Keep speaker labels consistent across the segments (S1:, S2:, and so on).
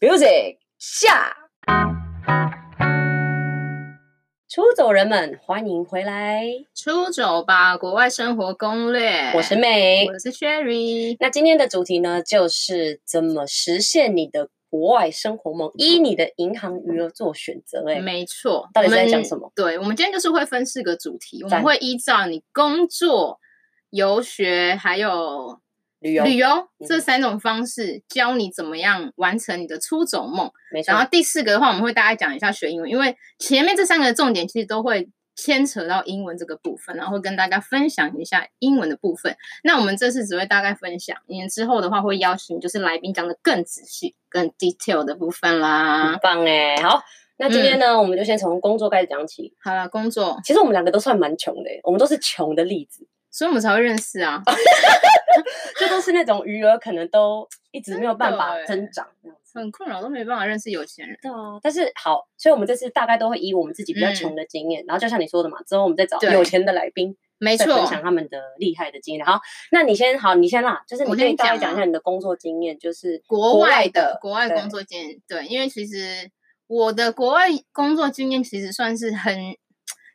S1: Music 下。出走人们，欢迎回来，
S2: 出走吧，国外生活攻略。
S1: 我是妹。
S2: 我是 Sherry。
S1: 那今天的主题呢，就是怎么实现你的国外生活梦，依你的银行余额做选择。哎，
S2: 没错，
S1: 到底是在
S2: 我们
S1: 讲什么？
S2: 对，我们今天就是会分四个主题，我
S1: 赞
S2: 们会依照你工作、游学还有
S1: 旅游，
S2: 旅游
S1: 嗯
S2: 这三种方式，教你怎么样完成你的出走梦。
S1: 没错
S2: 然，后第四个的话，我们会大概讲一下学英文，因为前面这三个重点其实都会牵扯到英文这个部分，然后会跟大家分享一下英文的部分。那我们这次只会大概分享，因为之后的话会邀请就是来宾讲的更仔细、更 detail 的部分啦
S1: 很。棒哎。好，那今天呢，
S2: 嗯
S1: 我们就先从工作开始讲起。
S2: 好了，工作，
S1: 其实我们两个都算蛮穷的，欸我们都是穷的例子，
S2: 所以我们才会认识啊。
S1: 这都是那种余额可能都一直没有办
S2: 真
S1: 法
S2: 的哎
S1: 增长这样子。
S2: 很困扰，都没办法认识有钱人。
S1: 对啊，但是好，所以我们这次大概都会以我们自己比较
S2: 嗯
S1: 穷的经验，然后就像你说的嘛，之后我们再找
S2: 对
S1: 有钱的来宾，
S2: 没
S1: 再
S2: 错，
S1: 分享他们的厉害的经验。好，那你先好，你先啦，就是你
S2: 我
S1: 可以
S2: 先
S1: 大概
S2: 讲
S1: 讲一
S2: 吗
S1: 下你的工作经验，就是
S2: 国外的国外
S1: 对
S2: 工作经验，对，因为其实我的国外工作经验其实算是很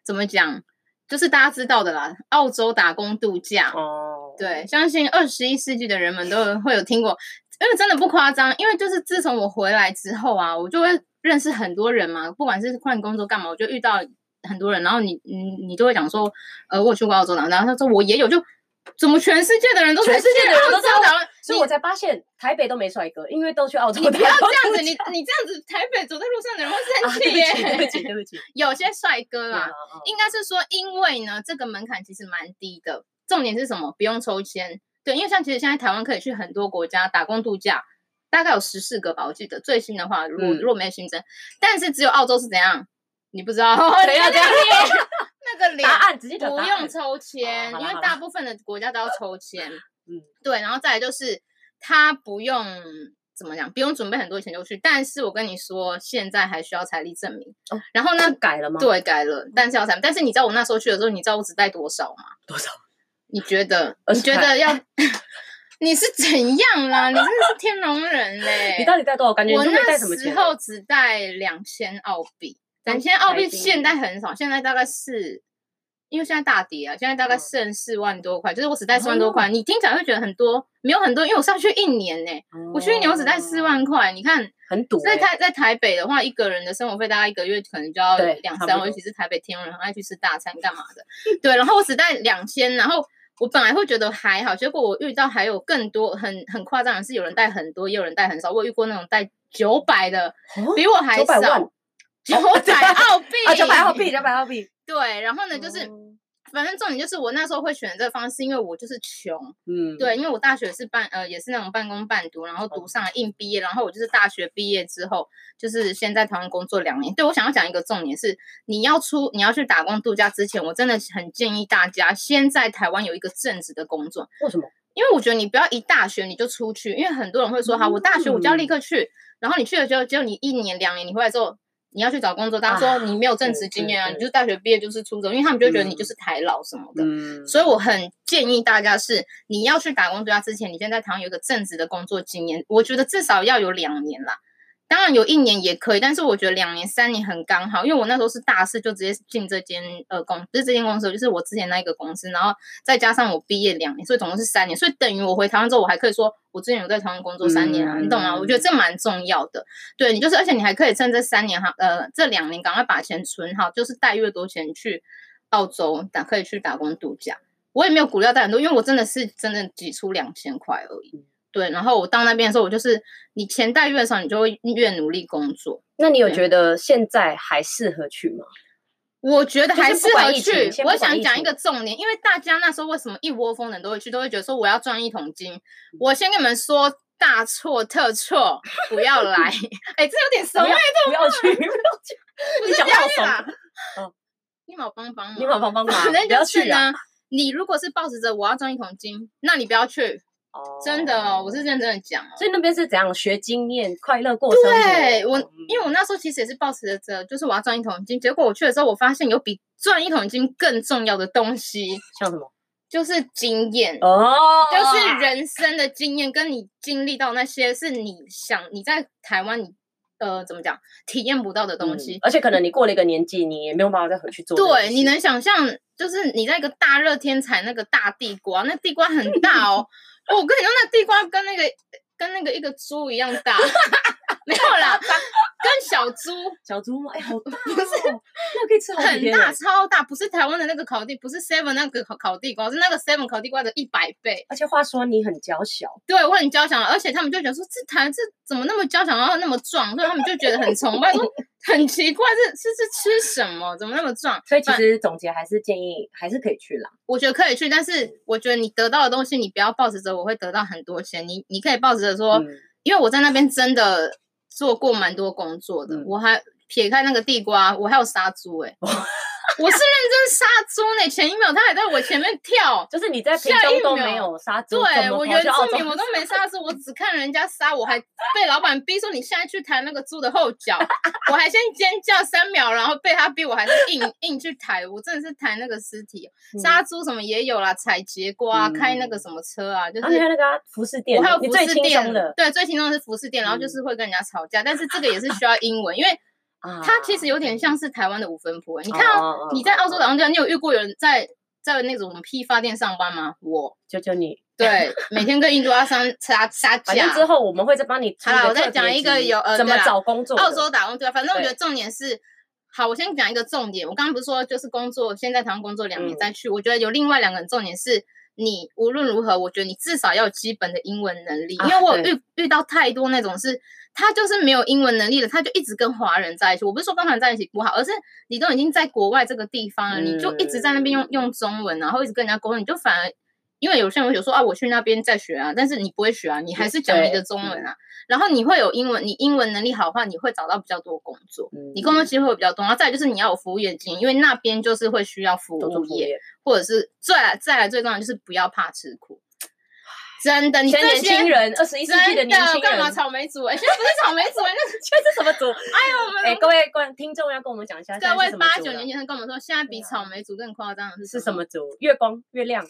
S2: 怎么讲，就是大家知道的啦，澳洲打工度假，
S1: 哦，
S2: 对，相信二十一世纪的人们都有会有听过，因为真的不夸张，因为就是自从我回来之后啊，我就会认识很多人嘛，不管是换工作干嘛，我就遇到很多人，然后你你你就会讲说，呃，我有去过澳洲打工，然后他说我也有，就怎么全世界的人都
S1: 全
S2: 才
S1: 世界
S2: 去
S1: 的人
S2: 澳
S1: 都
S2: 洲
S1: 知道
S2: 打工，
S1: 所
S2: 你
S1: 以我才发现台北都没帅哥，因为都去澳洲
S2: 你
S1: 打
S2: 不
S1: 工。
S2: 要 这样子，你你这样子，台北走在路上的人会
S1: 啊，
S2: 生
S1: 对
S2: 气
S1: 不起，
S2: 耶。
S1: 对不起，对不起，
S2: 有些帅哥
S1: 啊
S2: 啊，应该是说，因为呢，这个门槛其实蛮低的。重点是什么？不用抽签。对，因为像其实现在台湾可以去很多国家打工度假，大概有十四个吧，我记得最新的话，如果、
S1: 嗯
S2: 如果没有新增，但是只有澳洲是怎样？你不知道？
S1: 怎样
S2: 你看 那个脸那个脸
S1: 啊 答案直接讲
S2: 不
S1: 答
S2: 用
S1: 案，
S2: 抽签，
S1: 哦好啦
S2: 因
S1: 好啦
S2: 为大部分的国家都要抽签。
S1: 嗯，
S2: 对，然后再来就是他不用怎么讲，不用准备很多钱就去。但是我跟你说，现在还需要财力证明。
S1: 哦
S2: 然后呢，
S1: 改了吗？，
S2: 对，改了，但是要财。但是你知道我那时候去的时候，你知道我只带多少吗？
S1: 多少？
S2: 你觉得？你
S1: 20
S2: 觉 得要？你是怎样啦？你真的是天龙人嘞、
S1: 你到底带多少？感觉
S2: 我
S1: 你都没带
S2: 那
S1: 什么
S2: 时
S1: 钱。啊哦
S2: 候只带两千澳币，两千澳币现在很少，现在大概是，因为现在大跌啊，现在大概
S1: 嗯哦
S2: 剩四万多块，就是我只带四万多块。你听起来会觉得很多，没有很多，因为我上去一年呢、我去一年我只带四万
S1: 哦，
S2: 块，你看
S1: 很堵
S2: 在
S1: 欸。
S2: 台在台北的话，一个人的生活费大概一个月可能就要
S1: 对
S2: 两
S1: 差不
S2: 三
S1: 多
S2: 万，尤其是台北天龙人很爱去吃大餐干嘛的，对。然后我只带两千，然后我本来会觉得还好，结果我遇到还有更多很很夸张的是，有人带很多，也有人带很少。我有遇过那种带九百的，
S1: 哦
S2: 比我还
S1: 900万
S2: 少，九百澳币
S1: 啊，九百澳币，九百澳币，
S2: 对，然后呢，就是、
S1: 哦
S2: 反正重点就是我那时候会选这个方式，因为我就是穷，
S1: 嗯，哦
S2: 对，因为我大学是半呃也是那种半工半读，然后读上了硬毕业，然后我就是大学毕业之后，就是先在台湾工作两年。对我想要讲一个重点是，你要出你要去打工度假之前，我真的很建议大家先在台湾有一个正职的工作，
S1: 为什么？
S2: 因为我觉得你不要一大学你就出去，因为很多人会说，好，我大学我就要
S1: 嗯
S2: 立刻去，然后你去了之后，结果你一年两年你回来之后。你要去找工作，大家
S1: 啊
S2: 说你没有正
S1: 对
S2: 职
S1: 对
S2: 经验啊，
S1: 对
S2: 你就是大学毕业就是出走，因为他们就会觉得
S1: 嗯
S2: 你就是台老什么的。
S1: 嗯
S2: 所以我很建议大家是，你要去打工度假之前，你先在台湾有一个正职的工作经验，我觉得至少要有两年啦。当然有一年也可以，但是我觉得两年、三年很刚好，因为我那时候是大四就直接进这间呃公，不是这间公司，就是我之前那一个公司，然后再加上我毕业两年，所以总共是三年，所以等于我回台湾之后，我还可以说我之前有在台湾工作三年啊，你懂吗？我觉得这蛮重要的。对你就是，而且你还可以趁这三年哈，呃，这两年赶快把钱存好，就是带越多钱去澳洲打，可以去打工度假。我也没有鼓励到带很多，因为我真的是真的挤出两千块而已。对，然后我到那边的时候，我就是你钱带越少，你就会越努力工作。
S1: 那你有
S2: 对
S1: 觉得现在还适合去吗？
S2: 我觉
S1: 就
S2: 得
S1: 是
S2: 还
S1: 不
S2: 适
S1: 管
S2: 合
S1: 疫情
S2: 去
S1: 先。不管
S2: 我想
S1: 疫
S2: 讲一
S1: 情
S2: 个重点，因为大家那时候为什么一窝蜂的人都会去，都会觉得说我要赚一桶
S1: 嗯
S2: 金。我先跟你们说大错特错，不 要来。哎、这有点怂
S1: 不要
S2: 哎，
S1: 不要去，不要去，
S2: 不
S1: 你
S2: 是
S1: 讲
S2: 不
S1: 话
S2: 要
S1: 好
S2: 去
S1: 怂
S2: 啦
S1: 嗯。
S2: 你好，帮帮忙。
S1: 你好帮帮忙，
S2: 反正
S1: 不要
S2: 就是
S1: 去啊！
S2: 呢，你如果是抱持着我要赚一桶金，那你不要去，
S1: 哦
S2: 真的哦，我是认真的讲哦。
S1: 所以那边是怎样学经验、快乐过生活？
S2: 对我，因为我
S1: 嗯
S2: 那时候其实也是抱持着，就是我要赚一桶金。结果我去了之后，我发现有比赚一桶金更重要的东西，
S1: 像什么
S2: 就是经验，
S1: 哦，
S2: 就是人生的经验，跟你经历到那些是你想你在台湾你呃怎么讲体验不到的东西
S1: 嗯。而且可能你过了一个年纪，你也没有办法再回去做这件事。
S2: 对，你能想象，就是你在一个大热天采那个大地瓜，那地瓜很大哦。哦我跟你说，那地瓜跟那个跟那个一个猪一样大， 没有啦，跟小猪
S1: 小猪吗？哎， 好大哦，不是，那可以吃好几
S2: 很
S1: 天
S2: 大，
S1: 欸，
S2: 超大，不是台湾的那个烤地，不是 Seven 那个烤烤地瓜，是那个 Seven 烤地瓜的一百倍。
S1: 而且话说你很娇小，
S2: 对我很交响，而且他们就觉得说这台这怎么那么交响，然后那么壮，所以他们就觉得很崇 拜，说很奇怪，这这是吃什么？怎么那么壮？
S1: 所以其
S2: 反
S1: 实总结还是建议还是可以去啦。
S2: 我觉得可以去，但是我觉得你得到的东西，你不要抱持着我会得到很多钱，你你可以抱持着说，
S1: 嗯
S2: 因为我在那边真的做过蛮多工作的，
S1: 嗯
S2: 我还撇开那个地瓜，我还有杀猪 哎、我是认真杀猪呢、前一秒他还在我前面跳，
S1: 就是你在屏
S2: 下
S1: 中
S2: 一
S1: 都没
S2: 秒
S1: 有杀猪，
S2: 对
S1: 怎么跑
S2: 我原
S1: 去澳
S2: 住
S1: 洲
S2: 民我都没杀猪，我只看人家杀，我还被老板逼说你现在去抬那个猪的后脚，我还先尖叫三秒，然后被他逼我还是硬硬去抬，我真的是抬那个尸体，
S1: 嗯
S2: 杀猪什么也有啦，采节瓜、啊，开那个什么车啊，就
S1: 然后你还嗯有
S2: 是。
S1: 那个啊服饰店，
S2: 我还有
S1: 你
S2: 服
S1: 最
S2: 饰
S1: 轻松
S2: 店
S1: 的，嗯
S2: 对，最轻松的是服饰店，然后就是会跟人家吵架，但是这个也是需要英文，因 为
S1: 啊
S2: 它其实有点像是台湾的五分铺、你看啊、
S1: 哦哦
S2: 你在
S1: 哦
S2: 澳洲
S1: 哦
S2: 打工度假，你有遇过有人在在那种批发店上班吗？我
S1: 求求你，
S2: 对，每天跟印度阿三杀杀
S1: 反正
S2: 价。
S1: 之后我们会再帮你出
S2: 好啦
S1: 个
S2: 我再
S1: 特别
S2: 讲一个
S1: 集
S2: 有呃
S1: 怎
S2: 对
S1: 么
S2: 啦
S1: 找工作的，
S2: 澳洲打工对吧？反正我
S1: 对
S2: 觉得重点是，好，我先讲一个重点。我刚刚不是说就是工作，现在台湾工作两年
S1: 嗯
S2: 再去，我觉得有另外两个重点是。你无论如何，我觉得你至少要有基本的英文能力，因
S1: 啊
S2: 为我有
S1: 对
S2: 遇遇到太多那种是，他就是没有英文能力的，他就一直跟华人在一起。我不是说跟华人在一起不好，而是你都已经在国外这个地方了，
S1: 嗯
S2: 你就一直在那边用用中文，然后一直跟人家沟通，你就反而因为有些人会想说啊，我去那边再学啊，但是你不会学啊，你还是讲你的
S1: 对嗯
S2: 中文啊。然后你会有英文，你英文能力好的话，你会找到比较多工作，
S1: 嗯
S2: 你工作机会会比较多。然后再来就是你要有服务业经验，因为那边就是会需要服
S1: 都做
S2: 务业，，或者是再来再来最重要的就是不要怕吃苦，真的，你
S1: 现
S2: 这
S1: 在年
S2: 些
S1: 轻人二十一世纪
S2: 真
S1: 的年轻人，
S2: 干嘛草莓族？哎， 现在不是草莓 族，那是
S1: 现在是什么组？
S2: 哎呦，我们
S1: 哎，各位观听众要跟我们讲一下，
S2: 各位八九年
S1: 前
S2: 前生跟我们说，现在
S1: 啊
S2: 比
S1: 对啊
S2: 草莓族更夸张的是
S1: 是
S2: 什
S1: 什
S2: 么？
S1: 么组？月光、月亮，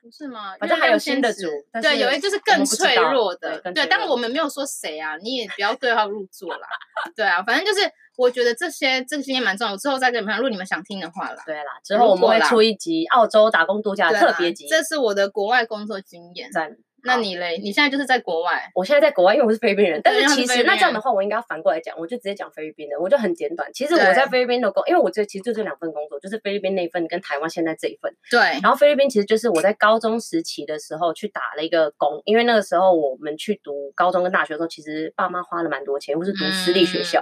S2: 不是吗？
S1: 反正还有
S2: 月亮
S1: 新
S2: 仙
S1: 的
S2: 子
S1: 族但
S2: 对，
S1: 是
S2: 有一就是
S1: 们
S2: 更
S1: 不知
S2: 脆
S1: 道
S2: 弱
S1: 对
S2: 的，
S1: 更脆
S2: 对，但
S1: 弱
S2: 我们没有说谁啊，你也不要对号入座啦，对啊，反正就是我觉得这些这些也蛮重要，我之后再跟你们讲，如果你们想听的话啦。
S1: 对啦，之后我们
S2: 如果
S1: 会
S2: 啦
S1: 出一集澳洲打工度假
S2: 对
S1: 的
S2: 啊
S1: 特别集，
S2: 这是我的国外工作经验。
S1: 赞。
S2: 那
S1: 好
S2: 你嘞？你现在就是在国外，
S1: 我现在在国外，因为我是菲律宾人，但
S2: 对
S1: 是
S2: 他是
S1: 其
S2: 菲
S1: 实
S2: 律宾
S1: 那这样的
S2: 人
S1: 话，我应该要反过来讲，我就直接讲菲律宾的，我就很简短。其实我
S2: 对
S1: 在菲律宾的工，因为我这其实就这两份工作，就是菲律宾那份跟台湾现在这一份。
S2: 对，
S1: 然后菲律宾其实就是我在高中时期的时候去打了一个工，因为那个时候我们去读高中跟大学的时候，其实爸妈花了蛮多钱，因为是读私立学校，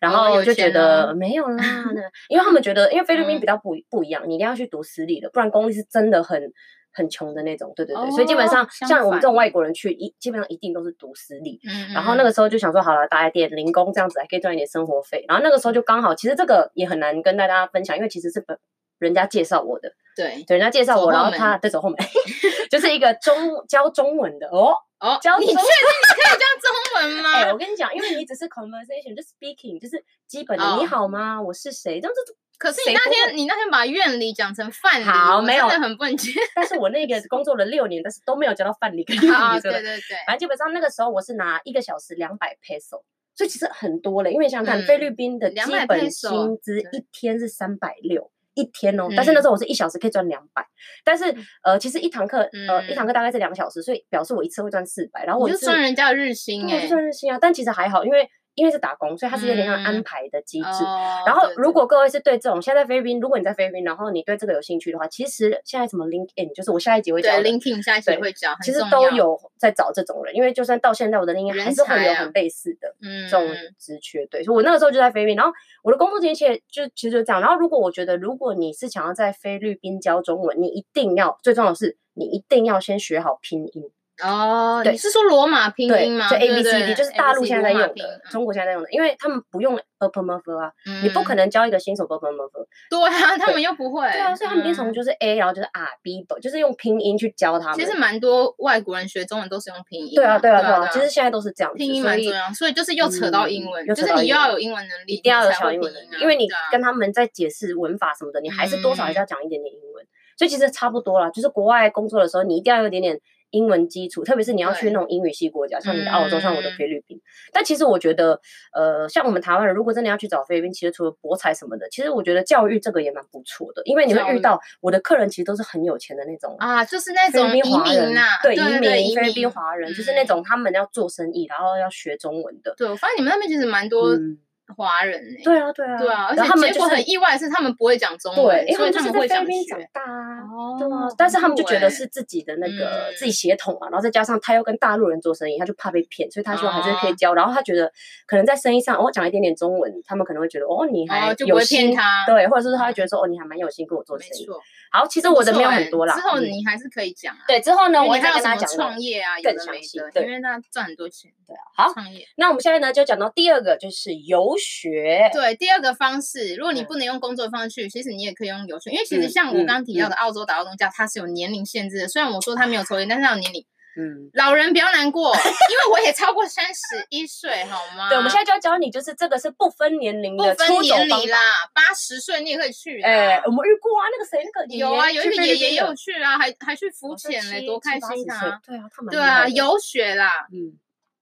S1: 然
S2: 哦
S1: 后
S2: 有
S1: 就觉
S2: 钱
S1: 得、
S2: 啊
S1: 没有 啦，那因为他们觉得，因为菲律宾
S2: 嗯
S1: 比较不不一样，你一定要去读私立的，不然公立是真的很。很穷的那种，对对对，所以基本
S2: 哦
S1: 上
S2: 相
S1: 像我们这种
S2: 反
S1: 外国人去，一基本上一定都是读私立，
S2: 嗯
S1: 然后那
S2: 个
S1: 个时候就想说，好了，打一点零工这样子，还可以赚一点生活费。然后那个时候就刚好，其实这个也很难跟大家分享，因为其实是本人家介绍我的，
S2: 对
S1: 对，人家介绍
S2: 走
S1: 我，然
S2: 后
S1: 后
S2: 门
S1: 他对走后门， 就是一个中教中文的哦。
S2: 哦，
S1: 教
S2: 你
S1: 中
S2: 确定你可以教中文
S1: 哎、
S2: 吗？
S1: 我跟你讲，因为你只是 conversation，就是 speaking，就是基本的、你
S2: 哦
S1: 好吗？我是谁？这样子。
S2: 可是
S1: 谁
S2: 你那
S1: 不
S2: 天你那天把院里讲成饭里，
S1: 好
S2: 我
S1: 没有
S2: 真的很不能接
S1: 但是我那个工作了六年，但是都没有交到饭里跟
S2: 啊！
S1: 你
S2: 对
S1: 的。
S2: 对对，
S1: 反正基本上那个时候我是拿一个小时两百 peso，所以其实很多了。因为你想想看，菲
S2: 嗯
S1: 律宾的基
S2: 200
S1: 本
S2: peso，
S1: 薪资
S2: 对嗯
S1: 一天是三百六。一天哦，但是那时候我是一小时可以赚两百，但是呃，其实一堂课呃一堂课大概是两个小时，所以表示我一次会赚四百，然后我
S2: 你
S1: 一
S2: 就
S1: 次
S2: 算人家的日薪
S1: 对，我
S2: 哎
S1: 就，算日薪啊，但其实还好，因为因为是打工，所以它是有点像安
S2: 嗯
S1: 排的机制。
S2: 哦
S1: 然后
S2: 对，
S1: 如
S2: 对
S1: 果各位是对这种现在菲律宾，如果你在菲律宾，然后你对这个有兴趣的话，其实现在什么 LinkedIn，就是我下一集会
S2: 对
S1: 讲的
S2: LinkedIn 下一期
S1: 对
S2: 会教，很
S1: 其实
S2: 重
S1: 都
S2: 要，
S1: 有在找这种人，因为就算到现在我的 LinkedIn 还
S2: 人
S1: 是会
S2: 才
S1: 有
S2: 啊
S1: 很类似的
S2: 嗯
S1: 这种职缺。对，所以我那个时候就在菲律宾，然后我的工作经验就其实就这样。然后如果我觉得，如果你是想要在菲律宾教中文，你一定要最重要的是，你一定要先学好拼音。
S2: 哦，
S1: 对
S2: 你是说罗马拼
S1: 对，
S2: 音吗？
S1: 就
S2: 对
S1: A B
S2: 对
S1: C
S2: 对
S1: D，就是大陆
S2: ABC
S1: 现在在
S2: 罗马
S1: 用
S2: 拼
S1: 的，
S2: 音
S1: 中国现在在用的，因为他们不用 p p m f 啊，
S2: 嗯
S1: 你不可能教一个新手 p p m f。
S2: 对啊，他
S1: 对
S2: 们又不会，
S1: 对啊，所以他们变成
S2: 嗯
S1: 就是 A，然后就是 R B，就是用拼音去教他们。
S2: 其实蛮多外国人学中文都是用拼音
S1: 对
S2: 嘛，
S1: 啊，对啊，对
S2: 对
S1: 啊，其实现在都是这样子，
S2: 拼音
S1: 所
S2: 蛮
S1: 以
S2: 重要，所以就是又扯到英文
S1: 嗯，又
S2: 就
S1: 扯
S2: 是
S1: 到
S2: 你
S1: 英
S2: 又
S1: 文
S2: 要有英文能力，
S1: 一定要有
S2: 你才
S1: 小
S2: 会
S1: 英
S2: 拼
S1: 文
S2: 音
S1: 能力
S2: 啊，嗯
S1: 因为你
S2: 对啊
S1: 跟他们在解释文法什么的，你还是多少还是要讲一点点英文。所以其实差不多啦，就是国外工作的时候，你一定要有一点点英文基础，特别是你要去
S2: 对
S1: 那种英语系国家，像你的澳洲，像我的
S2: 嗯
S1: 菲律宾。但其实我觉得，呃，像我们台湾人，如果真的要去找菲律宾，其实除了博彩什么的，其实我觉得教育这个也蛮不错的，因为你
S2: 教
S1: 会
S2: 育
S1: 遇到我的客人其实都是很有钱的那种。
S2: 啊，就是那
S1: 菲律
S2: 种
S1: 宾
S2: 移
S1: 华人
S2: 民呐、
S1: 对
S2: 对对
S1: 民，
S2: 移
S1: 菲律
S2: 民
S1: 宾华人就是那
S2: 嗯
S1: 种他们要做生意，然后要学中文的。
S2: 对，我发现你们那边其实蛮多
S1: 嗯，
S2: 华人呢、
S1: 对啊，对啊，
S2: 对啊，而
S1: 然后他们
S2: 且结
S1: 就
S2: 果
S1: 是
S2: 很意外的是他们不会讲中
S1: 对，
S2: 文，
S1: 因为
S2: 所以
S1: 他
S2: 他
S1: 们就
S2: 们
S1: 是
S2: 会
S1: 在菲
S2: 想
S1: 律宾长
S2: 学。
S1: 大啊。
S2: 哦
S1: 对啊，但是他们就觉得
S2: 很酷欸
S1: 是自己的那个、
S2: 嗯
S1: 自己血统啊嘛，然后再加上他又跟大陆人做生意，他就怕被骗，所以他希望还是可以
S2: 哦
S1: 教。然后他觉得可能在生意上，哦，讲一点点中文，他们可能会觉得哦，你还
S2: 哦就不
S1: 有
S2: 会骗
S1: 心，
S2: 他嗯
S1: 对，或者是他会觉得说哦，你还蛮有心跟我做
S2: 没
S1: 生意。
S2: 错，
S1: 好，其实我的
S2: 不
S1: 没有
S2: 错
S1: 很
S2: 欸
S1: 多啦。
S2: 之后
S1: 嗯
S2: 你还是可以讲啊。
S1: 对之后呢，
S2: 因
S1: 我
S2: 为
S1: 会再
S2: 你还
S1: 跟
S2: 有什
S1: 他
S2: 么
S1: 讲
S2: 创
S1: 业。
S2: 业啊，有
S1: 更
S2: 的
S1: 详
S2: 没
S1: 细
S2: 的，
S1: 对
S2: 因为那赚很多钱。
S1: 对啊，好，
S2: 创业
S1: 那我们现在呢就讲到第二个，就是游学。
S2: 对第二个方式，如果你
S1: 嗯
S2: 不能用工作方式去，其实你也可以用游学，因为其实
S1: 嗯
S2: 像我
S1: 嗯
S2: 刚刚提到的澳洲打澳中教，它是有年龄限制的。虽然我说它没有抽烟，但是它有年龄。
S1: 嗯，
S2: 老人不要难过，因为我也超过三十一岁，好吗？
S1: 对，我们现在就要教你，就是这个是不分年龄
S2: 啊不
S1: 的
S2: 分
S1: 出走
S2: 年
S1: 方
S2: 龄
S1: 法。
S2: 啦，八十岁你也可以去啦。
S1: 哎、我们遇过啊，那个谁，那个爷
S2: 有啊，
S1: 爷
S2: 有
S1: 去
S2: 一个
S1: 菲律
S2: 爷
S1: 宾
S2: 爷也
S1: 的
S2: 有去啊，还还去浮
S1: 好像
S2: 潜嘞，
S1: 七
S2: 多
S1: 七
S2: 开
S1: 八十
S2: 心
S1: 岁
S2: 啊！
S1: 对啊，他们
S2: 对啊，游学啦，
S1: 嗯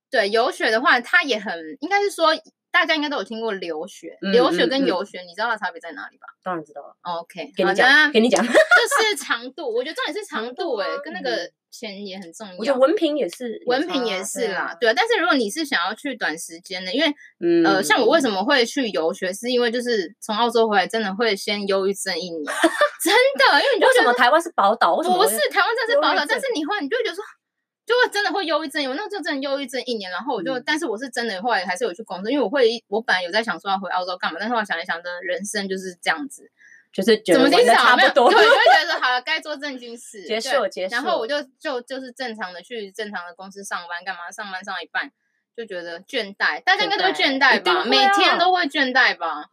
S2: 对游学的话，它也很应该是说，大家应该都有听过留学，
S1: 嗯
S2: 留
S1: 嗯
S2: 学跟
S1: 嗯
S2: 游学，你知道它差别在哪里吧哦
S1: 当然知道了，
S2: ？OK，
S1: 给
S2: 好
S1: 你
S2: 的，
S1: 讲，给你讲，
S2: 就是长度，我觉得重点是长度哎、
S1: 啊
S2: 跟那个钱也很重
S1: 我觉
S2: 要
S1: 得。文凭也是，
S2: 文凭也是啦，，对啊。但是如果你是想要去短时间的，因为
S1: 嗯
S2: 呃，像我为
S1: 么
S2: 什么会去游学，是因为就是从澳洲回来，真的会先忧郁症一年，真的，因为你就
S1: 为
S2: 觉
S1: 什
S2: 得
S1: 么台湾是宝岛？为什么
S2: 不是台湾真的是
S1: 忧
S2: 宝
S1: 郁
S2: 岛，
S1: 症
S2: 但是你会你就会觉得说，就会真的会忧郁症。我那时候真的忧郁症一年，然后我就，
S1: 嗯
S2: 但是我是真的后来还是有去工作，因为我会我本来有在想说要回澳洲干嘛，但是我想一想的人生就是这样子，
S1: 就是觉
S2: 怎
S1: 得
S2: 么
S1: 玩
S2: 经
S1: 的
S2: 常
S1: 差
S2: 没有
S1: 不多
S2: 对，就？会觉得说好了，该做正经事，
S1: 结
S2: 对
S1: 束了结束
S2: 然后我
S1: 了
S2: 就就就是正常的去正常的公司上班，干嘛上班上一半就觉得倦怠，大家应该都会
S1: 倦
S2: 倦
S1: 怠
S2: 怠
S1: 一定
S2: 吧，
S1: 会
S2: 每
S1: 啊
S2: 天都会倦怠吧，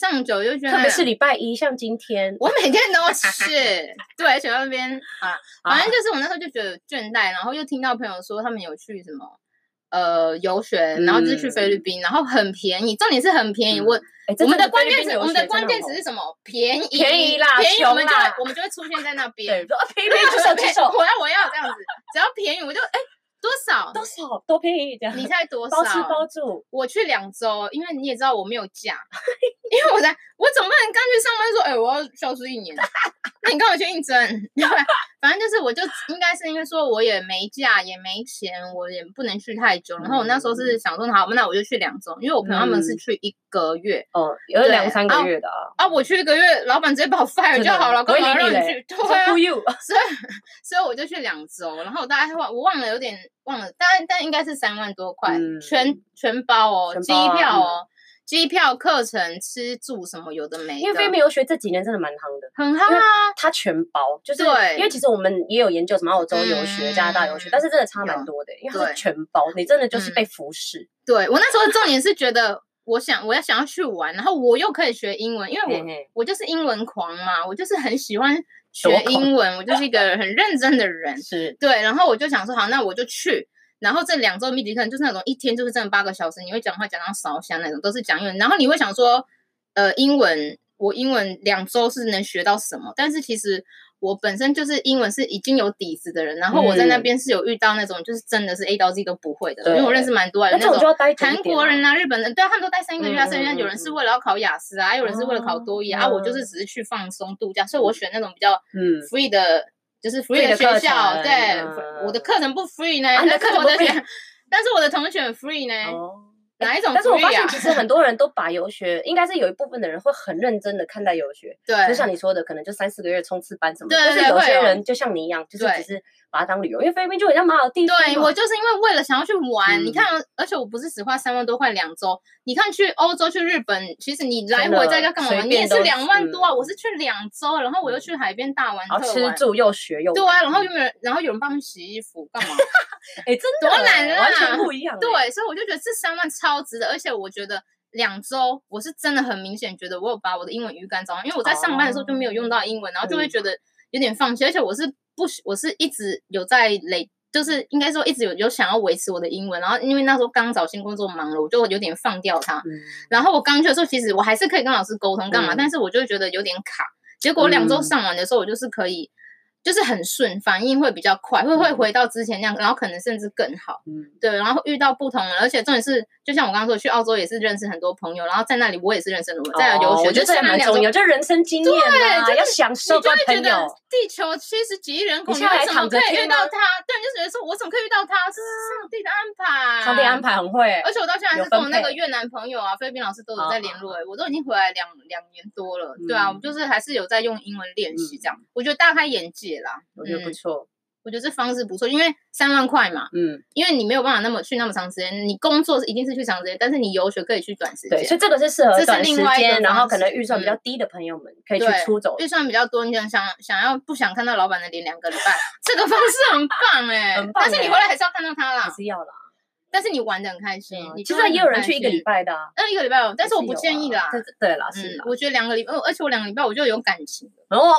S2: 上久就倦怠了，
S1: 特别是礼拜一，像今天，
S2: 我每天都是， 对，而且那边啊，反正就是我那时候就觉得倦怠，然后又听到朋友说他们有去什么呃游学，然后就是去菲律宾，然后很便宜，重点是很便宜。
S1: 嗯
S2: 我
S1: 哎
S2: 我
S1: 真
S2: 们的
S1: 菲
S2: 关
S1: 律
S2: 键
S1: 宾
S2: 词，
S1: 留
S2: 我们的
S1: 学
S2: 关
S1: 真
S2: 键
S1: 很
S2: 词
S1: 好
S2: 是什么？便宜，
S1: 便宜啦
S2: 便宜，
S1: 穷
S2: 我们就会
S1: 啦
S2: 我们就会出现 在那
S1: 对，
S2: 边。
S1: 便宜举手举手，
S2: 我要我要这样子，只要便宜我就哎多少？
S1: 多少多便宜这样，
S2: 你猜多少？
S1: 包吃包住，
S2: 我去两周，因为你也知道我没有假， 因为我在，我总不能刚去上班说，哎、我要消失一年， 那你干嘛去应征？ 对，反正就是我就应该是因为说我也没假，也没钱，我也不能去太久。然后我那时候是想说，好，那我就去两周，因为我朋友他们是
S1: 嗯
S2: 去一个月、
S1: 哦，有
S2: 对
S1: 两三个
S2: 啊
S1: 月的啊，
S2: 啊，我去一个月，老板直接把我 fire
S1: 真
S2: 就
S1: 的
S2: 好了，
S1: 不会
S2: 干嘛
S1: 理
S2: 让
S1: 你嘞
S2: 你去？对
S1: 就
S2: 啊
S1: 忽，悠，
S2: 所以所以我就去两周，然后我大概忘我忘了有点忘了，但但应该是三万多块，
S1: 嗯
S2: 全全包哦，
S1: 全
S2: 机
S1: 包啊
S2: 票
S1: 嗯
S2: 哦，机票、课程、吃住什么有的没的，
S1: 因为菲律宾留学这几年真的蛮夯的。
S2: 很夯啊，
S1: 它全包，就是
S2: 对嗯
S1: 因为其实我们也有研究什么澳洲游学、加拿大游学，但是真的差蛮
S2: 有
S1: 多的，因为它是
S2: 对
S1: 全包，你真的就是
S2: 嗯
S1: 被服侍。
S2: 对我那时候重点是觉得。我想，我要想要去玩，然后我又可以学英文，因为我
S1: 嘿嘿
S2: 我就是英文狂嘛，我就是很喜欢学
S1: 多狂
S2: 英文，我就是一个很认真的人，
S1: 是，
S2: 对，然后我就想说，好，那我就去。然后这两周密集课就是那种一天就是真的八个小时，你会讲话讲到烧香那种，都是讲英文。然后你会想说，呃，英文我英文两周是能学到什么？但是其实我本身就是英文是已经有底子的人，然后我在那
S1: 嗯
S2: 边是有遇到那种就是真的是 A 到 Z 都不会的，因为我认识蛮多
S1: 那
S2: 人
S1: 这
S2: 那
S1: 种就
S2: 种。
S1: 要待久一
S2: 韩
S1: 点
S2: 国
S1: 啊
S2: 人啊，日本人，对啊，他们都待三个月啊，
S1: 嗯
S2: 甚至
S1: 嗯嗯
S2: 有人是
S1: 嗯
S2: 为了要考雅思啊，有人是为了考多一啊，啊我就是
S1: 哦
S2: 只是去放松度假，所以我选那种比较
S1: 嗯，
S2: free 的，就是
S1: free
S2: free
S1: 的
S2: 的
S1: 课
S2: 学校
S1: 程，
S2: 对，
S1: 嗯
S2: 我的课程不 free 呢，
S1: 啊你的
S2: 但
S1: 课
S2: 是
S1: 程
S2: 我
S1: 不
S2: 的
S1: free
S2: 但是我的同学很 free 呢，
S1: 哦。
S2: 哪一哎种
S1: 但是我发
S2: free
S1: 现，
S2: 啊？
S1: 其实很多人都把游学，应该是有一部分的人会很认真的看待游学，
S2: 对，
S1: 就像你说的，可能就三四个月冲刺班什么的。
S2: 对
S1: 但
S2: 对
S1: 是有
S2: 会
S1: 些
S2: 有
S1: 人就像你一样，就是只
S2: 对
S1: 是把它当旅游，因为菲律宾就很像马尔地夫
S2: 对
S1: 嘛
S2: 我就是因为为了想要去玩，
S1: 嗯
S2: 你看，而且我不是只花三万多块两周，你看去欧洲去日本，其实你来
S1: 真的
S2: 回在家干嘛
S1: 随
S2: 玩？你
S1: 便
S2: 也
S1: 都
S2: 是
S1: 是
S2: 两万多啊，
S1: 嗯
S2: 我是去两周，然后我又去海边大玩
S1: 然后
S2: 特
S1: 吃
S2: 玩。
S1: 住又学又
S2: 对
S1: 玩
S2: 啊，然后又没有人，然后有人帮我们洗衣服，干嘛？
S1: 哎，真的
S2: 多懒
S1: 完全
S2: 啊
S1: 不一样。欸
S2: 对，所以我就觉得这三万超值的，而且我觉得两周我是真的很明显觉得我有把我的英文语感找到，因为我在上班的时候就没有用到英文，然后就会
S1: 嗯
S2: 觉得有点放弃，而且我是不喜我是一直有在累。就是应该说一直有有想要维持我的英文，然后因为那时候刚找新工作忙了，我就有点放掉它。
S1: 嗯，
S2: 然后我刚去的时候，其实我还是可以跟老师沟通干嘛，
S1: 嗯
S2: 但是我就会觉得有点卡，结果两周
S1: 嗯
S2: 上完的时候，我就是可以，就是很顺，反应会比较快，会会回到之前那样，然后可能甚至更好。
S1: 嗯，
S2: 对，然后遇到不同人，而且重点是，就像我刚刚说，去澳洲也是认识很多朋友，然后在那里我也是认识很多人，在那留
S1: 哦
S2: 学，
S1: 我觉得
S2: 就
S1: 这
S2: 是
S1: 也
S2: 那
S1: 蛮
S2: 两周
S1: 重要，就人生经验啊，
S2: 对
S1: 要享
S2: 你就
S1: 受交
S2: 会觉
S1: 朋
S2: 得
S1: 友。
S2: 地球七十几亿人口，
S1: 你
S2: 你
S1: 现在
S2: 为
S1: 还
S2: 什
S1: 躺
S2: 么
S1: 着
S2: 可以
S1: 听
S2: 遇到
S1: 吗
S2: 他？对，你就觉得说，我怎么可以遇到他？这是上帝的安排，
S1: 上帝安。排很会，
S2: 而且我到现在还
S1: 有
S2: 是跟我
S1: 分
S2: 那个
S1: 配
S2: 越南朋友啊、菲律宾老师都有
S1: 啊
S2: 在联络、欸，我都已经回来两两年多了。对啊，我
S1: 嗯
S2: 就是还是有在用英文练习
S1: 嗯
S2: 这样，我觉得大开眼界啦。
S1: 我觉得不
S2: 嗯
S1: 错。
S2: 我觉得这方式不错，因为三万块嘛，
S1: 嗯，
S2: 因为你没有办法那么去那么长时间，你工作是一定是去长时间，但是你游学可以去短时
S1: 对，所
S2: 间
S1: 以。这个是适
S2: 这
S1: 合
S2: 是
S1: 短时
S2: 另外一个
S1: 间，然后
S2: 方
S1: 可能
S2: 式
S1: 预算比较
S2: 嗯
S1: 低的朋友们可以去
S2: 对
S1: 出走，
S2: 预算比较多，你想想想要不想看到老板的脸两个礼拜，这个方式很棒哎、
S1: 很棒
S2: 但是你
S1: 欸
S2: 回来还是要看到他
S1: 还
S2: 啦，
S1: 是要啦。
S2: 但是你玩的很开心。
S1: 嗯
S2: 你
S1: 其
S2: 就
S1: 实
S2: 会
S1: 也
S2: 很
S1: 有人
S2: 开
S1: 去一个
S2: 心嗯
S1: 礼，拜的啊，
S2: 那一个礼拜有，但是我
S1: 也
S2: 不
S1: 有
S2: 建议
S1: 啊
S2: 啦。
S1: 这对啦，是
S2: 嗯
S1: 啦，。
S2: 我觉得两个礼拜，而且我两个礼拜我就有感情了，
S1: 然后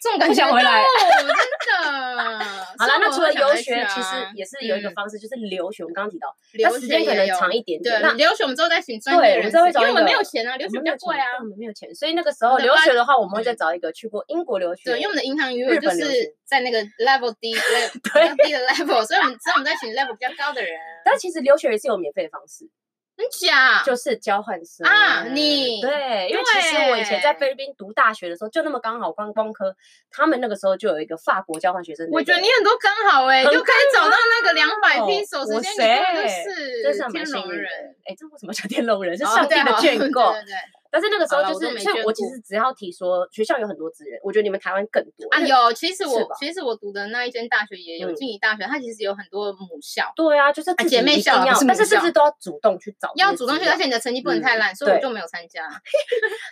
S2: 这种感
S1: 不
S2: 觉
S1: 想回来
S2: 哦 真的。
S1: 好
S2: 所
S1: 啦，
S2: 以
S1: 那
S2: 我
S1: 除了
S2: 会想
S1: 游
S2: 再去
S1: 学，其
S2: 啊
S1: 实也是有一个
S2: 嗯
S1: 方式，就是留学。我们刚刚提到，它
S2: 留
S1: 时
S2: 学
S1: 间可
S2: 也
S1: 能
S2: 有
S1: 长一点点。
S2: 对
S1: 那，
S2: 留学我们之后再请专
S1: 对
S2: 业
S1: 我
S2: 人
S1: 们
S2: 士，
S1: 之后会找
S2: 因为
S1: 一
S2: 我们没
S1: 个
S2: 有钱啊，留
S1: 我
S2: 学
S1: 们没
S2: 比较
S1: 有
S2: 贵
S1: 钱，对
S2: 啊
S1: 我。们没有钱，所以那个时候
S2: 我的
S1: 留
S2: 班
S1: 学的话，我们会再
S2: 嗯
S1: 找一个去过英国留学，
S2: 对，因为我们的银行余
S1: 日
S2: 额就
S1: 本留学
S2: 是在那个 level 低 level 比较低的 level，所以我们之后我们再请 level 比较高的 人。
S1: 但其实留学也是有免费的方式，
S2: 真假？
S1: 就是交换生
S2: 啊你
S1: 对，因为其实我以前在
S2: 对
S1: 菲律宾读大学的时候，就那么刚好观光科，他们那个时候就有一个法国交换学生的一个，
S2: 我觉得你很多刚好哎，
S1: 很
S2: 就可以找到那个两百
S1: 好
S2: p 手时
S1: 我
S2: 间，你
S1: 谁
S2: 根本就
S1: 真
S2: 是
S1: 是还
S2: 天
S1: 蛮幸
S2: 龙
S1: 运的
S2: 人。。
S1: 哎，这为什么叫天龙 人？是
S2: 哦
S1: 上帝
S2: 对
S1: 的
S2: 哦
S1: 眷顾。
S2: 对对对
S1: 但是那个时候
S2: 好啦
S1: 就
S2: 我都
S1: 是，
S2: 没
S1: 所以
S2: 眷
S1: 我其
S2: 顾
S1: 实只要提说学校有很多资源，我觉得你们台湾更多
S2: 啊，
S1: 因为
S2: 有，其实
S1: 是
S2: 我
S1: 吧
S2: 其实我读的那一间大学也有，
S1: 嗯
S2: 静宜大学，它其实有很多母校，
S1: 对啊，就是
S2: 啊
S1: 自
S2: 姐
S1: 己
S2: 妹
S1: 一
S2: 校
S1: 定
S2: 啦
S1: 要
S2: 不是，
S1: 但
S2: 母
S1: 是是不
S2: 校
S1: 是都要主动去找这些资料？
S2: 要主动去，而且你的成绩不能太烂，所以我就没有参加。
S1: 没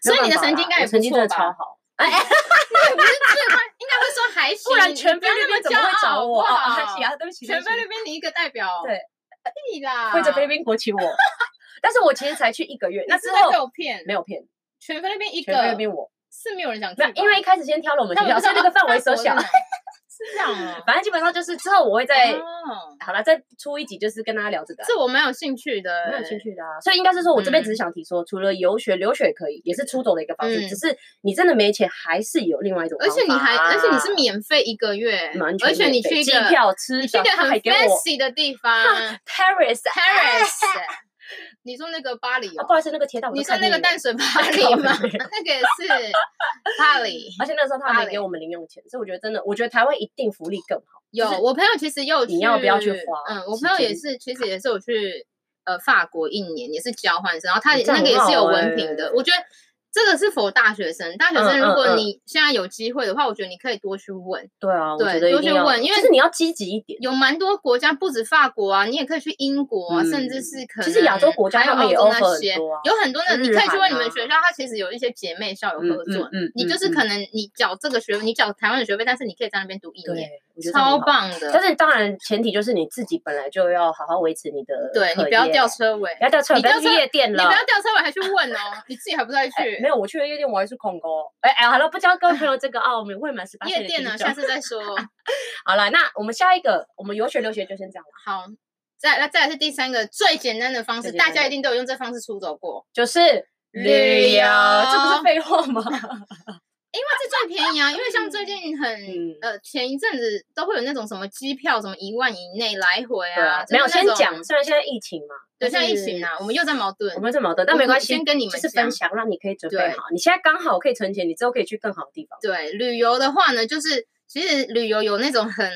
S2: 所
S1: 有
S2: 以你的
S1: 办法
S2: 成绩
S1: 啦
S2: 应该
S1: 我
S2: 也不
S1: 成绩真
S2: 错
S1: 的超
S2: 吧？
S1: 好，
S2: 不是最坏，应该会说还行。
S1: 不然全菲
S2: 你 不要
S1: 律
S2: 那
S1: 宾
S2: 么
S1: 怎么会
S2: 骄傲
S1: 找我？
S2: 好不好
S1: 啊，对不起啊，对不起，对
S2: 全
S1: 不起
S2: 菲律宾你一个代表，
S1: 对，
S2: 可以啦。
S1: 会着菲律宾国旗我，啊 但是我其实才去一个月，
S2: 你
S1: 那
S2: 是
S1: 之
S2: 在被
S1: 后
S2: 我骗？
S1: 没有骗，
S2: 全菲律宾一
S1: 全菲律
S2: 个
S1: 宾我
S2: 是没有人想去
S1: 没
S2: 吧，
S1: 有，因为一开始先挑了我们
S2: 但
S1: 学
S2: 我
S1: 校，所
S2: 不知
S1: 以那
S2: 道
S1: 个范围缩小
S2: 法国。是这样 哦。
S1: 反正基本上就是之后我会在
S2: 哦
S1: 好了，再出一集就是跟大家聊这个啊。
S2: 这我蛮有兴趣的，嗯
S1: 蛮有兴。趣的啊，所以应该是说，我这边只是想提说，除了游学，留学也可以，也是出走的一个方式。
S2: 嗯
S1: 只是你真的没钱，还是有另外一种方
S2: 而
S1: 法啊。
S2: 且你还，而且你是免费一个月
S1: 完，全
S2: 而且你
S1: 免费
S2: 去一
S1: 机
S2: 个，
S1: 票吃
S2: 你去一个
S1: 的他
S2: 很
S1: 还给我啊
S2: fancy 嗯的地方
S1: Paris，
S2: ，Paris。你说那个巴黎
S1: 啊
S2: 哦
S1: 不，好意思，那个铁道我
S2: 你
S1: 都
S2: 说
S1: 看
S2: 那个
S1: 腻
S2: 淡
S1: 了
S2: 水巴黎
S1: 靠
S2: 吗？
S1: 北
S2: 那个也是巴黎。
S1: 而且那时候他
S2: 巴
S1: 还没
S2: 黎
S1: 给我们零用钱，所以我觉得真的，我觉得台湾一定福利更好。
S2: 有，
S1: 就是
S2: 我朋友其实也有去，
S1: 你要不要去花
S2: 嗯，我
S1: 时
S2: 朋友也
S1: 间
S2: 是，其实也是有去呃法国一年，也是交换生，然后他也
S1: 哦这
S2: 那
S1: 样
S2: 个也
S1: 很
S2: 是有
S1: 好
S2: 文
S1: 欸
S2: 凭的。我觉得这个是否大学生，大学生
S1: 嗯
S2: 如
S1: 嗯
S2: 果
S1: 嗯
S2: 你现在有机会的话，我觉得你可以多去问，
S1: 对啊，我
S2: 对
S1: 觉得一
S2: 多
S1: 定
S2: 去
S1: 要
S2: 问因为
S1: 就是你要积极一点。
S2: 有蛮多国家，不止法国啊，你也可以去英国啊，甚至
S1: 嗯
S2: 是可能
S1: 其实亚洲国家
S2: 还有
S1: 他们
S2: 澳
S1: 也
S2: 洲
S1: offer
S2: 那
S1: 很
S2: 些，
S1: 多啊
S2: 有很多的，你
S1: 日
S2: 可以去
S1: 韩
S2: 问你们
S1: 啊
S2: 学校，它其实有一些姐妹校有
S1: 嗯
S2: 合作。
S1: 嗯，
S2: 你就是
S1: 嗯
S2: 可
S1: 嗯
S2: 能你缴这个学，你缴台湾的学费，但是你可以在那边读一年，
S1: 对，我觉得这样
S2: 超
S1: 很好。
S2: 棒的。
S1: 但是当然，前提就是你自己本来就要好好维持你的
S2: 对你
S1: 课
S2: 不要
S1: 业
S2: 掉车尾
S1: 不，要掉车尾，
S2: 你
S1: 不要
S2: 掉
S1: 去
S2: 车
S1: 夜店
S2: 你
S1: 了。
S2: 不要掉车尾还去问哦，你自己还不再
S1: 哎
S2: 去
S1: 没有，我去了夜店，我还是恐高。哎哎，好了，不教各位朋友这个啊，我们未满十八岁
S2: 夜
S1: 的
S2: 店
S1: 听
S2: 呢？
S1: 众
S2: 下次再说。
S1: 好了，那我们下一个，我们游学留学就先这样了，
S2: 好，再来再来是第三个最简单的方式，
S1: 最简单
S2: 大
S1: 的
S2: 家一定都有用这方式出走过，
S1: 就是
S2: 旅游
S1: 这不是废话吗？
S2: 因为这最便宜啊。因为像最近很
S1: 嗯
S2: 呃前一阵子都会有那种什么机票什么一万以内来回
S1: 对啊
S2: 啊，，
S1: 没有
S2: 就是
S1: 先
S2: 那种
S1: 讲，，虽然现在疫情嘛，
S2: 对，
S1: 但
S2: 像
S1: 是
S2: 疫情啊，我们又在矛盾
S1: 我。们这矛盾，但
S2: 我
S1: 没
S2: 们
S1: 关系，
S2: 先跟你们
S1: 就是
S2: 讲
S1: 分享，让你可以准备
S2: 对
S1: 好。你现在刚好可以存钱，你之后可以去更好的地方。
S2: 对，旅游的话呢，就是其实旅游有那种很。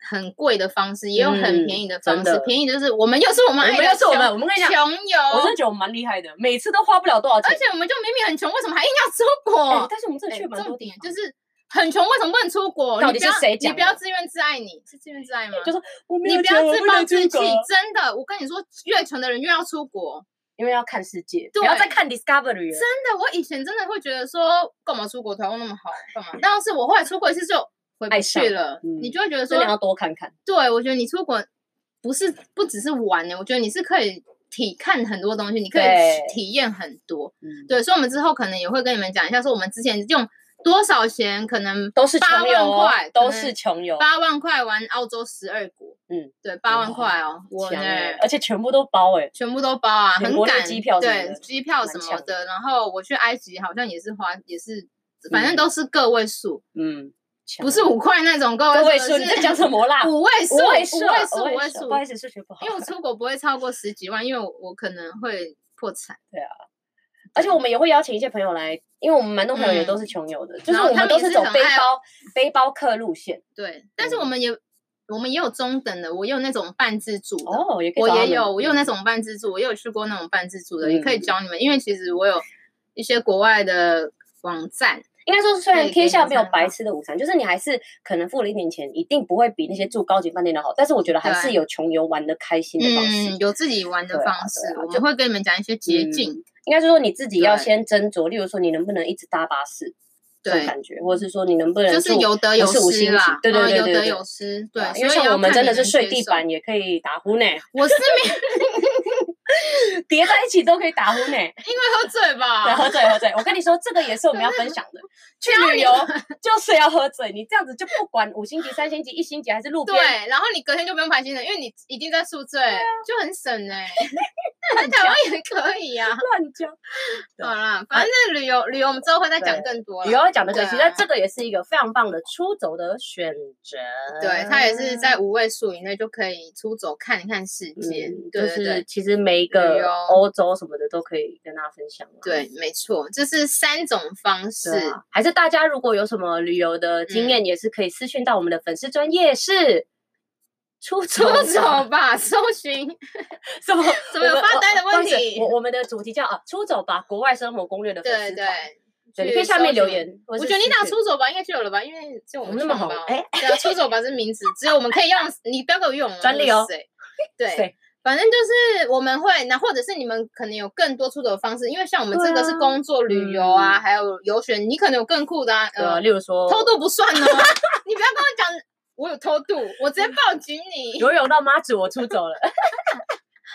S2: 很贵的方式，也有很
S1: 嗯
S2: 便宜的
S1: 真
S2: 方式。
S1: 的
S2: 便宜就是我们又是我们
S1: 我
S2: 爱
S1: 们
S2: 的
S1: 又是我们
S2: 穷
S1: 我们跟你讲
S2: 穷游，
S1: 我真的觉得我们蛮厉害的，每次都花不了多少钱
S2: 哦而。且我们就明明很穷，为什么还硬要出
S1: 哎
S2: 国？
S1: 但是我们真的
S2: 哎
S1: 去了蛮
S2: 重
S1: 多
S2: 点
S1: 地
S2: 就
S1: 方
S2: 是很穷，为什么不能出国？
S1: 到底
S2: 你不
S1: 是
S2: 要
S1: 谁
S2: 你
S1: 讲
S2: 不要
S1: 的
S2: 自怨自艾你，是自怨自艾吗？
S1: 就是我没
S2: 你
S1: 有
S2: 不
S1: 钱，
S2: 要
S1: 我
S2: 自
S1: 不能啊
S2: 暴自
S1: 出
S2: 弃
S1: 国，
S2: 真的，我跟你说，越穷的人越要出国。
S1: 因为要看世界，
S2: 对
S1: 不要再看 Discovery 了。
S2: 真的，我以前真的会觉得说，干嘛出国？台湾那么好，干嘛？但是我后来出国一次就回不
S1: 哎爱上
S2: 去了，你
S1: 嗯
S2: 就会觉得
S1: 真的要
S2: 说，
S1: 多看看。
S2: 对我觉得你出国不是不只是玩欸呢，我觉得你是可以体看很多东西，你可以
S1: 对
S2: 体验很多。
S1: 嗯，
S2: 对，所以我们之后可能也会跟你们讲一下，说我们之前用多少钱，可能
S1: 都是穷
S2: 八万
S1: 游哦
S2: 块，，
S1: 都是穷游，
S2: 八万块玩澳洲十二国，
S1: 嗯，
S2: 对，八万
S1: 哇
S2: 块哦，我
S1: 强
S2: 呢
S1: 欸而且全部都包哎，
S2: 全部都包啊，
S1: 美
S2: 很
S1: 国的
S2: 赶，
S1: 机票什么
S2: 对
S1: 的
S2: 机票
S1: 蛮
S2: 什么
S1: 强
S2: 的，然后我去埃及好像也是花也是反正都是个位数，
S1: 嗯，强
S2: 不是五块那种个
S1: 个位
S2: 位
S1: 数，你在
S2: 是
S1: 讲什么啦？
S2: 五位数，
S1: 位
S2: 五
S1: 啊
S2: 位数，
S1: 五
S2: 五位
S1: 位不好意
S2: 数。
S1: 思，数学不好啊
S2: 因为。我出国不会超过十几万，因为我我可能会破产。
S1: 而且我们也会邀请一些朋友来，因为我们蛮多朋友也
S2: 嗯
S1: 都是穷游的，就是
S2: 然后
S1: 我
S2: 他
S1: 们
S2: 们
S1: 都
S2: 也
S1: 是
S2: 是
S1: 走
S2: 很
S1: 背
S2: 爱
S1: 包背包客路线。
S2: 对，但是我
S1: 嗯
S2: 们也我们也有中等的，我也有那种半自助的，
S1: 哦，也可以
S2: 我
S1: 找他
S2: 也
S1: 们
S2: 有，我有那种半自助，我也有去过那种半自助的，也可以
S1: 嗯
S2: 教你们，因为其实我有一些国外的网站，
S1: 应该说，虽然
S2: 对
S1: 天下
S2: 给
S1: 没
S2: 你
S1: 有
S2: 参啊
S1: 白
S2: 考
S1: 吃的午餐，就是你还是可能付了一点钱，一定不会比那些住高级饭店的好，但是我觉得还是
S2: 对
S1: 有穷游玩的开心的方式。
S2: 嗯，有自己玩的
S1: 对啊
S2: 方式，
S1: 对啊
S2: 我
S1: 就
S2: 们会跟你们讲一些捷
S1: 嗯
S2: 径，
S1: 应该是说你自己要
S2: 对
S1: 先斟酌，例如说你能不能一直搭巴士这种
S2: 对
S1: 感觉，或者是说你能不能
S2: 就是
S1: 住
S2: 有得有
S1: 不是五
S2: 失
S1: 星级
S2: 啦，
S1: 对对
S2: 嗯
S1: 对对
S2: 有得
S1: 对
S2: 有失，对
S1: 啊，因
S2: 所
S1: 为
S2: 以
S1: 像
S2: 要
S1: 我们
S2: 看
S1: 真的
S2: 你
S1: 是
S2: 能
S1: 睡
S2: 接
S1: 地
S2: 受，
S1: 板也可以打呼呢，
S2: 我是没
S1: 叠在一起都可以打呼 呢。
S2: 因为喝醉
S1: 对，
S2: 吧，
S1: 喝醉喝醉，我跟你说，这个也是我们要分享的。去旅 游就是要喝醉，你这样子就不管五星级、三星级、一星级还是路边，
S2: 对，然后你隔天就不用排行程，因为你已经在宿醉，
S1: 啊
S2: 就 很省哎、 在台湾也可以呀、
S1: 乱交。对啊
S2: 好啦，反正旅游旅游我们之后会再讲
S1: 对
S2: 更多啦
S1: 旅游要讲的可惜，
S2: 对啊
S1: 但这个也是一个非常棒的出走的选择。嗯
S2: 对，它也是在五位数以内就可以出走看一看世界，
S1: 嗯，就
S2: 对对
S1: 是
S2: 对。
S1: 其实每一
S2: 旅
S1: 个
S2: 游
S1: 欧洲什么的都可以跟大家分享啊。
S2: 对，没错，这是三种方式。
S1: 对啊，还是大家如果有什么旅游的
S2: 嗯
S1: 经验，也是可以私讯到我们的粉丝专业是出
S2: 出
S1: 走 吧
S2: 走吧，搜寻
S1: 什么
S2: 怎么
S1: 我
S2: 有
S1: 们
S2: 发呆的
S1: 我不好
S2: 问
S1: 意思
S2: 题
S1: 我我们的主题叫啊，出走吧，国外生活攻略的粉
S2: 对
S1: 丝团。
S2: 对，
S1: 对，你
S2: 去
S1: 可以下面
S2: 搜
S1: 留
S2: 寻
S1: 言。我
S2: 我觉得你打出走吧，应该就有了吧，因为就我
S1: 我们
S2: 们
S1: 那么
S2: 创
S1: 红
S2: 吧
S1: 哎
S2: 对啊，出走吧这名字只有我们可以用，你不要给我用哦
S1: 专利哦
S2: 哇塞对
S1: 对。
S2: 反正就是我们会，那或者是你们可能有更多出走的方式，因为像我们
S1: 对
S2: 这个是
S1: 啊
S2: 工作、旅游啊，
S1: 嗯
S2: 还有游学，你可能有更酷的啊，
S1: 呃，
S2: 呃，
S1: 例如说
S2: 偷渡不 算哦，你不要跟我讲我有偷渡，我直接报警 你，
S1: 游泳到妈祖，我出走了。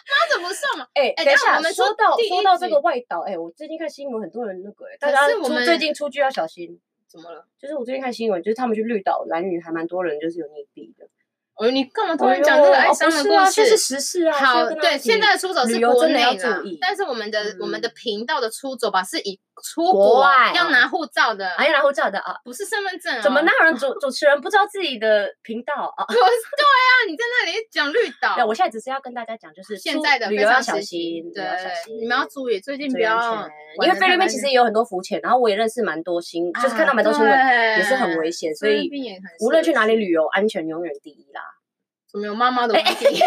S2: 那怎么算嘛？
S1: 哎，
S2: 哎
S1: 等一
S2: 等下
S1: 下，
S2: 我们
S1: 说
S2: 说
S1: 到
S2: 第
S1: 说
S2: 一
S1: 到这
S2: 集
S1: 个外岛，哎，我最近看新闻，很多人那个，哎大
S2: 可
S1: 家
S2: 是我
S1: 出最
S2: 们
S1: 近出去要小心。
S2: 怎么了？
S1: 就是我最近看新闻，就是他们去绿岛、蓝屿，还蛮多人就是有溺毙的。
S2: 哦，你干嘛突
S1: 哎
S2: 然
S1: 呦
S2: 讲这个
S1: 哦
S2: 哀
S1: 不
S2: 伤的
S1: 是
S2: 故
S1: 啊，
S2: 事
S1: 这？是时事啊。
S2: 好，
S1: 是要跟大家
S2: 对，
S1: 一起
S2: 现在的出走
S1: 旅
S2: 是
S1: 游
S2: 国
S1: 真的
S2: 内
S1: 要
S2: 啦
S1: 注意，
S2: 但是我们的我们的
S1: 嗯
S2: 频道的出走吧是以出
S1: 国
S2: 国
S1: 外
S2: 要
S1: 啊
S2: 拿护照的，
S1: 哎呀，然后这样的啊，
S2: 不是身份证哦。
S1: 怎么
S2: 那
S1: 那有人主主持人不知道自己的频道啊？
S2: 对啊，你在那里讲绿岛
S1: 对，，我现在只是要跟大家讲，就是
S2: 现
S1: 出
S2: 在的
S1: 旅
S2: 非
S1: 游要
S2: 常
S1: 小
S2: 时
S1: 心，旅游
S2: 对
S1: 要小，心
S2: 你们要注意，最近
S1: 注
S2: 不
S1: 意安
S2: 要
S1: 全，因为
S2: 玩得
S1: 菲律
S2: 太
S1: 宾其
S2: 危
S1: 实也有很多浮潜，然后我也认识蛮多新，就是看到蛮多新闻，
S2: 也
S1: 也是很危险，所
S2: 菲律
S1: 以
S2: 宾也很
S1: 无论去哪
S2: 里，
S1: 里旅游，安全永远第一啦。
S2: 怎么有妈妈的
S1: 哎
S2: 问题？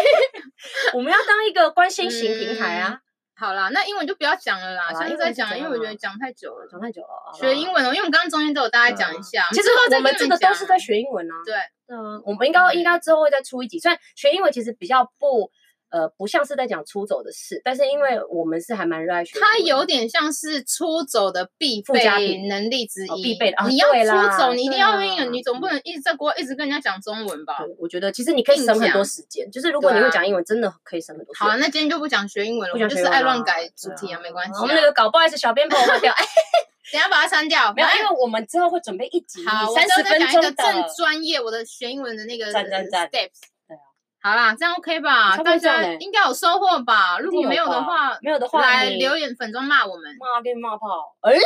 S1: 我们要当一个关心型平台啊，
S2: 好啦，那英文就不要讲了啦，
S1: 好啦
S2: 现在
S1: 英文是
S2: 再讲，
S1: 怎
S2: 因为我觉
S1: 样
S2: 得讲太久了。
S1: 讲太久了，好啦
S2: 嗯学英。文哦，因为我们刚刚中间都有大概讲一下，
S1: 其实
S2: 之后再
S1: 我们
S2: 跟
S1: 这
S2: 你
S1: 个都
S2: 讲
S1: 是在学英文啊。
S2: 对，
S1: 嗯，我们应该
S2: 嗯
S1: 应该之后会再出一集。虽然学英文其实比较不呃不像是在讲出走的事，但是因为我们是还蛮热爱学英文
S2: 它
S1: 的，
S2: 有点像是出走的必
S1: 附加
S2: 备
S1: 品
S2: 能力之一，
S1: 哦必备的啊
S2: 你要
S1: 对啦
S2: 出走，你一定
S1: 对
S2: 要
S1: 啦
S2: 英文，你总不能一直在国外一直跟人家讲中文吧？
S1: 对，我觉得其实你可以
S2: 硬
S1: 省很多
S2: 讲
S1: 时间，就是如果
S2: 对
S1: 你会
S2: 啊
S1: 讲英文，真的可以省很多时
S2: 好啊，
S1: 间。
S2: 那今天就不讲学英文了，
S1: 不
S2: 我
S1: 讲
S2: 就
S1: 学
S2: 是
S1: 英
S2: 爱
S1: 文
S2: 乱
S1: 啦
S2: 改
S1: 对
S2: 主题啊，没关系啊。
S1: 我们那个搞不好意思，小编帮我 换掉。哎，
S2: 等一下把它删掉，哎
S1: 没有，因
S2: 为
S1: 为我们之后会准备一集
S2: 好，我
S1: 三
S2: 之后
S1: 十
S2: 再
S1: 分
S2: 讲
S1: 钟
S2: 一
S1: 的
S2: 个。正专业我的学英文的那个
S1: 赞赞赞
S2: steps。对
S1: 对
S2: 啊，好啦，这样 OK 吧？
S1: 差不
S2: 大
S1: 多这样
S2: 家
S1: 嘞
S2: 应该有收获吧？如
S1: 一
S2: 果
S1: 定
S2: 没有的
S1: 吧
S2: 话，
S1: 没有的话
S2: 来
S1: 你
S2: 留言粉中骂我们。
S1: 骂跟骂炮，哎，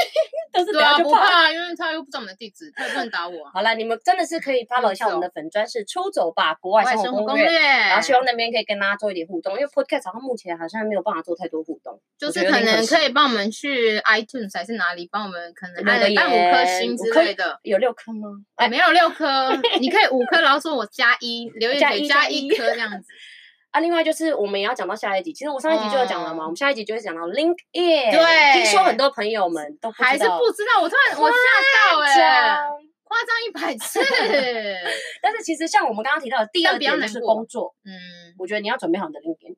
S1: 但是
S2: 对
S1: 等
S2: 啊，
S1: 下就
S2: 不
S1: 怕。
S2: 怕，因为他又不知道我们的地址，他也不能打我啊。
S1: 好了，你们真的是可以 follow 一下我们的粉砖是出走吧国 外
S2: 外
S1: 生
S2: 生
S1: 活
S2: 活
S1: 攻
S2: 攻
S1: 略，
S2: 略，
S1: 然后希望那边可以跟大家做一点互动，因为 podcast 好像目前好像没有办法做太多互动，
S2: 就
S1: 我
S2: 是
S1: 觉得有
S2: 可
S1: 点
S2: 能
S1: 惜
S2: 可以帮我们去 iTunes 还是哪里帮我们可能
S1: 留
S2: 按
S1: 个
S2: 按五颗
S1: 言
S2: 星
S1: 五
S2: 之
S1: 颗
S2: 类的。
S1: 有六颗吗？
S2: 哎，
S1: 哎，
S2: 没有六 颗，你可以五颗，然后说我加一，留言
S1: 加
S2: 给
S1: 一
S2: 加
S1: 加
S2: 一
S1: 一
S2: 颗这样子。
S1: 啊，另外就是我们也要讲到下一集，其实我上一集就有讲了嘛，我
S2: 嗯
S1: 们下一集就会讲到 LinkedIn。
S2: 对
S1: 听说很多朋友们都 不
S2: 还是不知道，我突然我吓到
S1: 知
S2: 哎、
S1: 道
S2: 夸张一百 次。
S1: 但是其实像我们刚刚提到的第
S2: 但
S1: 二
S2: 不要
S1: 点就
S2: 难
S1: 是
S2: 过
S1: 工作，
S2: 嗯，
S1: 我觉得你要准备好你的 LinkedIn，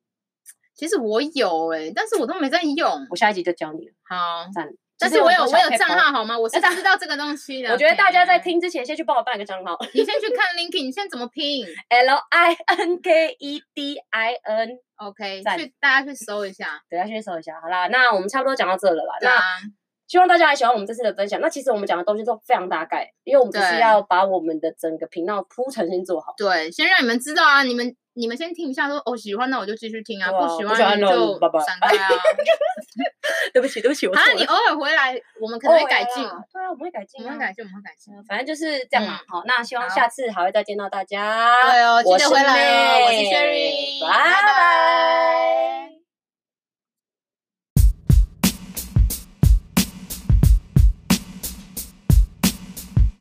S2: 其实我有哎、但是我都没在用。
S1: 我下一集就教你了，
S2: 好，
S1: 赞。
S2: 但
S1: 其
S2: 是
S1: 实
S2: 我有
S1: 很多
S2: 我
S1: 小
S2: 有
S1: 配
S2: 账
S1: 包，
S2: 号好吗？我是知道这个东西的。
S1: 我觉得大家在
S2: OK
S1: 听之前先去帮我办个账号
S2: 你先去看 LinkedIn，你现在怎么拼
S1: ，L I N K E D I N，
S2: ？OK，
S1: 赞
S2: 去大家去搜一下。
S1: 等一下去搜一下。好啦，那我们差不多讲到这了啦。
S2: 对
S1: 那
S2: 啊，
S1: 希望大家还喜欢我们这次的分享。那其实我们讲的东西都非常大概，因为我们只是
S2: 对
S1: 要把我们的整个频道铺陈先做好。
S2: 对，先让你们知道啊，你们你们先听一下说，哦喜欢那我就继续听啊，
S1: 对啊
S2: 喜
S1: 不喜欢
S2: 欢你
S1: 那我
S2: 就
S1: 就拜拜
S2: 闪开啊。
S1: 对不起，对不起，我
S2: 啊，
S1: 错
S2: 你
S1: 了
S2: 偶尔回来，我们可能会改进，
S1: 哦有啦对啊，我们会改
S2: 我
S1: 进、啊，
S2: 们会改进，我们会改进。
S1: 嗯反正就是这样啦。好，那希望
S2: 好
S1: 下次还会再见到大家。
S2: 对哦，记
S1: 我
S2: 得
S1: 是
S2: 回来哦，我是
S1: 妹
S2: Sherry，
S1: 拜
S2: 拜
S1: 拜
S2: 拜。